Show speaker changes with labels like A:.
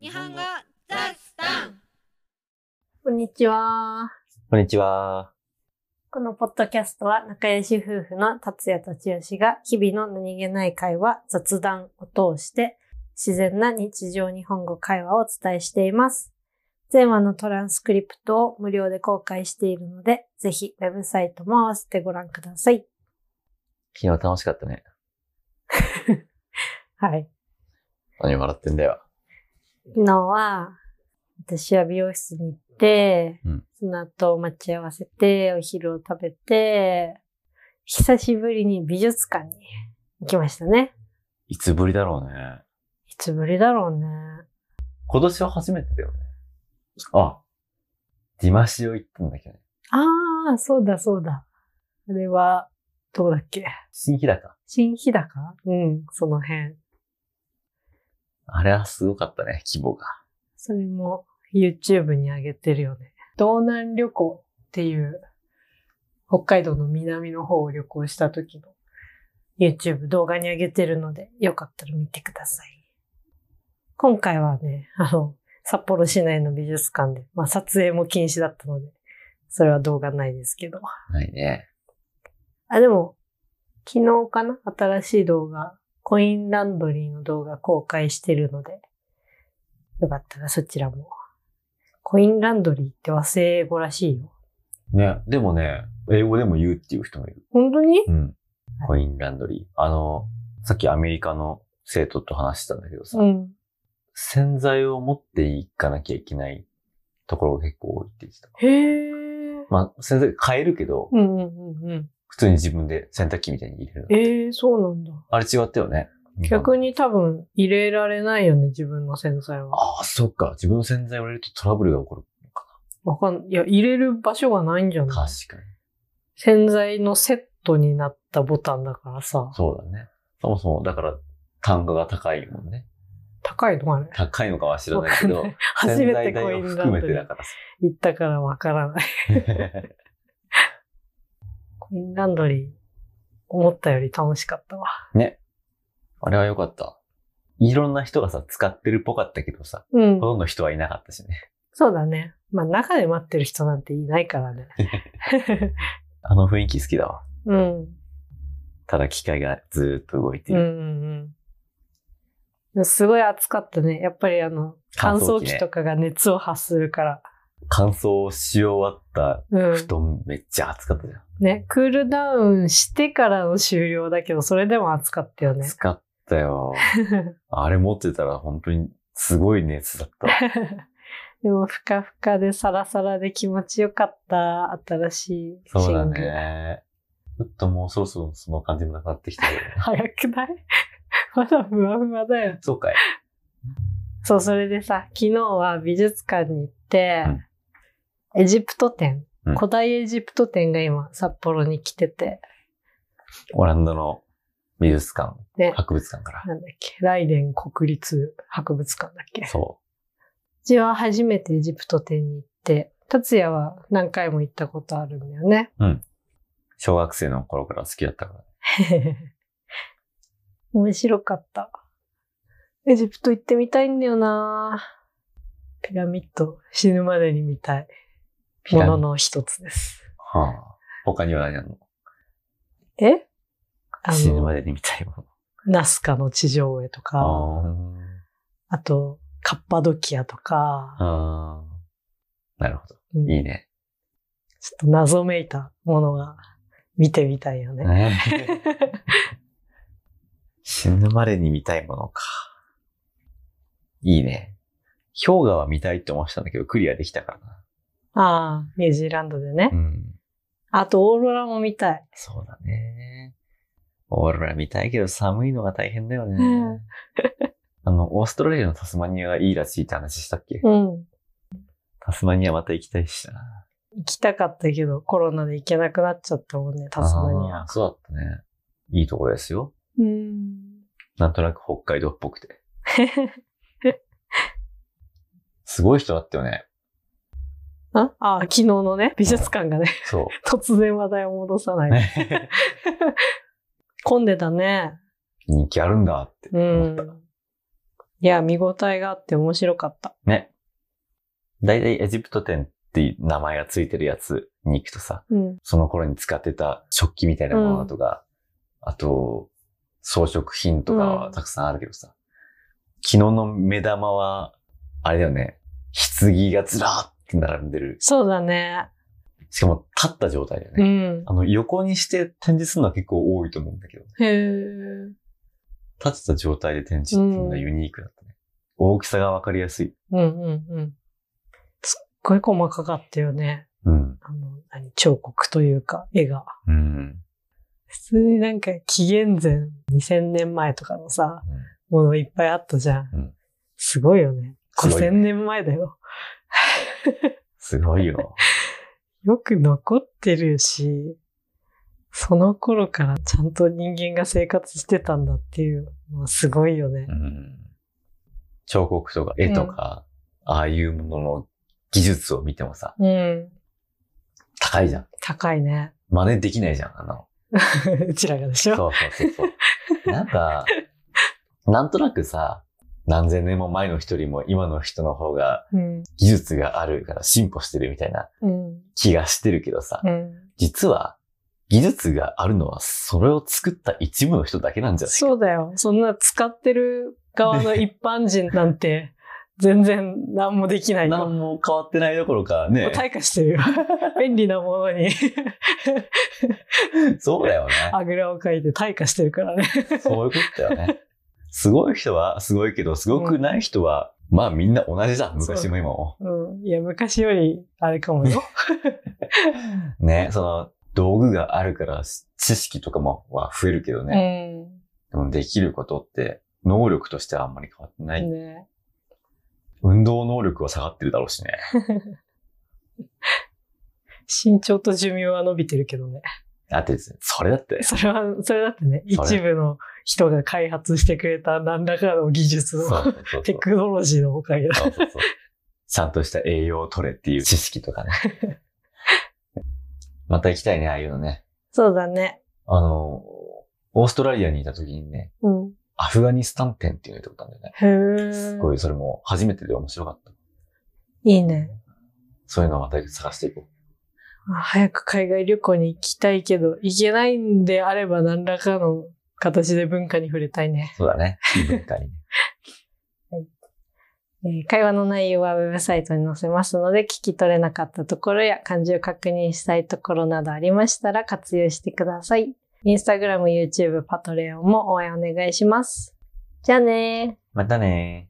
A: 日本語ザスタン
B: こんにちは。
C: こんにちは。
B: このポッドキャストは仲良し夫婦の達也と千代が日々の何気ない会話、雑談を通して自然な日常日本語会話をお伝えしています。前話のトランスクリプトを無料で公開しているので、ぜひウェブサイトも合わせてご覧ください。
C: 昨日楽しかったね。
B: はい。
C: 何笑ってんだよ。
B: 昨日は、私は美容室に行って、
C: うん
B: その後待ち合わせて、お昼を食べて、久しぶりに美術館に行きましたね。
C: いつぶりだろうね。
B: いつぶりだろうね。
C: 今年は初めてだよね。あ、ディマシオ行ったんだっけどね。
B: ああ、そうだそうだ。あれは、どうだっけ
C: 新日高。
B: 新日高うん、その辺。
C: あれはすごかったね、規模が。
B: それも YouTube に上げてるよね。道南旅行っていう北海道の南の方を旅行した時の YouTube 動画に上げてるので、よかったら見てください。今回はね、あの、札幌市内の美術館で、まあ撮影も禁止だったので、それは動画ないですけど。
C: ないね。
B: あ、でも、昨日かな新しい動画、コインランドリーの動画公開してるので、よかったらそちらも。コインランドリーって和製英語らしいよ。
C: ね、でもね、英語でも言うっていう人もいる。
B: 本当に
C: うん。コインランドリー。あの、さっきアメリカの生徒と話してたんだけどさ、
B: うん。
C: 洗剤を持っていかなきゃいけないところが結構多いって言ってた。
B: へー。
C: まあ、洗剤買えるけど、
B: うんうんうんうん。
C: 普通に自分で洗濯機みたいに入れるの。
B: えー、そうなんだ。
C: あれ違ったよね。
B: 逆に多分入れられないよね、自分の洗剤は。
C: ああ、そっか。自分の洗剤を入れるとトラブルが起こるのか
B: わかん、いや、入れる場所がないんじゃ
C: な。
B: ない
C: 確かに。
B: 洗剤のセットになったボタンだからさ、
C: そうだね。そもそも、だから、単価が高いもんね。
B: 高いのあれ。
C: 高いのかは知らないけど
B: わかん、初めて
C: 洗剤
B: コ
C: 代
B: イ
C: を
B: ンラン
C: 含
B: ド
C: め
B: リ
C: てだ
B: ー
C: からさ。
B: 行ったからわからない。 コインランドリー、思ったより楽しかったわ。
C: あれは良かった。いろんな人がさ、使ってるっぽかったけどさ、
B: うん
C: ほ。とんど人はいなかったしね。
B: そうだね。まあ、中で待ってる人なんていないから ね。
C: あの雰囲気好きだわ。
B: うん。
C: ただ機械がずーっと動いて
B: うんう
C: いる。
B: んうん。すごい暑かったね。やっぱりあの、乾
C: 乾燥
B: 燥
C: 機ね
B: 機とかが熱を発するから。
C: 乾燥し終わった
B: うん。
C: 布団めっちゃ暑かったじゃん。
B: ね、クールダウンしてからの終了だけど、それでも暑かった よね。
C: 暑かったよ。あれ持ってたら本当にすごい熱だったわ。
B: でも、ふかふかでサラサラで気持ちよかった、新しいシングル。
C: そうだね。ちょっともうそろそろその感じもなくなってきた けどね
B: 早くない まだふわふわだよ。
C: そうかい。
B: そう、それでさ、昨日は美術館に行って、エジプト展、
C: うん
B: 古代エジプト展が今、札幌に来てて、
C: オランダの美術館、
B: ね
C: 博物館から。
B: なんだっけ、ライデン国立博物館だっけ。う
C: そ
B: ちは初めてエジプト展に行って、達也は何回も行ったことあるんだよね。
C: う。小学生の頃から好きだったから。
B: 面白かった。エジプト行ってみたいんだよなピラミッド、死ぬまでに見たい
C: ピ
B: も
C: ラミ
B: の
C: ッド
B: の一つです。
C: はあ、他には何なの
B: えあ
C: 死ぬま
B: の、
C: でにみたいもの。
B: ナスカの地上絵とか、あと、カッパドキアと
C: あー
B: か、
C: あー。なるほど。
B: うん
C: いいね。
B: ちょっと謎めいたものが見てみたいよね。
C: ね死ぬまでに見たいものか。いいね。氷河は見たいって思ってたんだけど、クリアできたからな。
B: ああ、ニュージーランドでね。
C: うん。
B: あと、オーロラも見たい。
C: そうだね。オーロラ見たいけど寒いのが大変だよ
B: う
C: ね。あの、オーストラリアのタスマニアがいいらしいって話したっけ、
B: うん。
C: タスマニアまた行きたいしな。
B: 行きたかったけど、コロナで行けなくなっちゃったもんね、タスマニア
C: あー。そうだったね。いいところですよ。
B: うん。
C: なんとなく北海道っぽくて。すごい人だったよね。
B: あ あ、昨日のね、美術館がね、
C: そう。
B: 突然話題を戻さ ない。混んでたね。
C: 人気あるんだって
B: う
C: 思った。
B: ん。いや、見応えがあって面白かった。
C: ね。だいたいエジプト店っていう名前がついてるやつに行くとさ、
B: うん。
C: その頃に使ってた食器みたいなものとか、あと、装飾品とかはたくさんあるけどさ、昨日の目玉は、あれだよね、棺がずらーって並んでる。
B: そうだね。
C: しかも立った状態だよ
B: う
C: ね。
B: ん。
C: あの、横にして展示するのは結構多いと思うんだけど、
B: へえ。
C: 立ってた状態で展示っていうのがユニークだったね。大きさがわかりやすい。
B: うんうんうん。すっごい細かかったよね。
C: うん。
B: あの、何、彫刻というか、絵が。
C: うん。
B: 普通になんか紀元前2000年前とかのさ、ものいっぱいあったじゃん。
C: うん
B: すごいよね。
C: すごいね
B: 5000年前だよ。
C: すごい よ。
B: よく残ってるし、その頃からちゃんと人間が生活してたんだっていうのはすごいよね
C: う。ん彫刻とか絵とか、ああいうものの技術を見てもさ、
B: うん。
C: 高いじゃん。
B: 高いね。
C: 真似できないじゃん、あの。
B: うちらがでし
C: そう
B: ょ
C: そうそうそう。なんか、なんとなくさ、何千年も前の人よりも今の人の方が
B: うん。
C: 技術があるから進歩してるみたいな
B: うん。
C: 気がしてるけどさ、
B: うん。
C: 実は技術があるのはそれを作った一部の人だけなんじゃない
B: そうだよ。そんな使ってる側の一般人なんて、全然何もできないよ。
C: 何も変わってないどころかね。
B: 退化 してるよ。便利なものに
C: そうだよね。
B: あぐらをかいて退化してるからね。
C: そういうことだよね。すごい人はすごいけど、すごくない人は、まあみんな同じだ。昔も今も。
B: うん。いや、昔よりあれかもよ。
C: ね、その、道具があるからし知識とかもは増えるけど
B: う
C: ね。
B: ん。
C: でもできることって、能力としてはあんまり変わってない。
B: ね。
C: 運動能力は下がってるだろうしね。
B: 身長と寿命は伸びてるけどね。
C: だって、それだって、
B: それは、それだってね、
C: それ
B: 一部の人が開発してくれた何らかの技術
C: そう
B: の、
C: そう そう
B: テクノロジーのおかげだ。
C: そうそうそうちゃんとした栄養を取れっていう知識とかね。また行きたいね、ああいうのね。
B: そうだね。
C: あの、オーストラリアにいた時にね、
B: うん。
C: アフガニスタン店っていうのってことなんだよ
B: へ
C: ね。
B: え。
C: すごい、それも初めてで面白かった。
B: いいね。
C: そういうのをまた探していこ
B: あ早く海外旅行に行きたいけど、行けないんであれば何らかの形で文化に触れたいね。
C: う。そうだね。いい文化にね。
B: えー会話の内容はウェブサイトに載せますので、聞き取れなかったところや漢字を確認したいところなどありましたら活用してください。インスタグラム、YouTube、パトレオンも応援お願いします。じゃあねー。
C: またねー。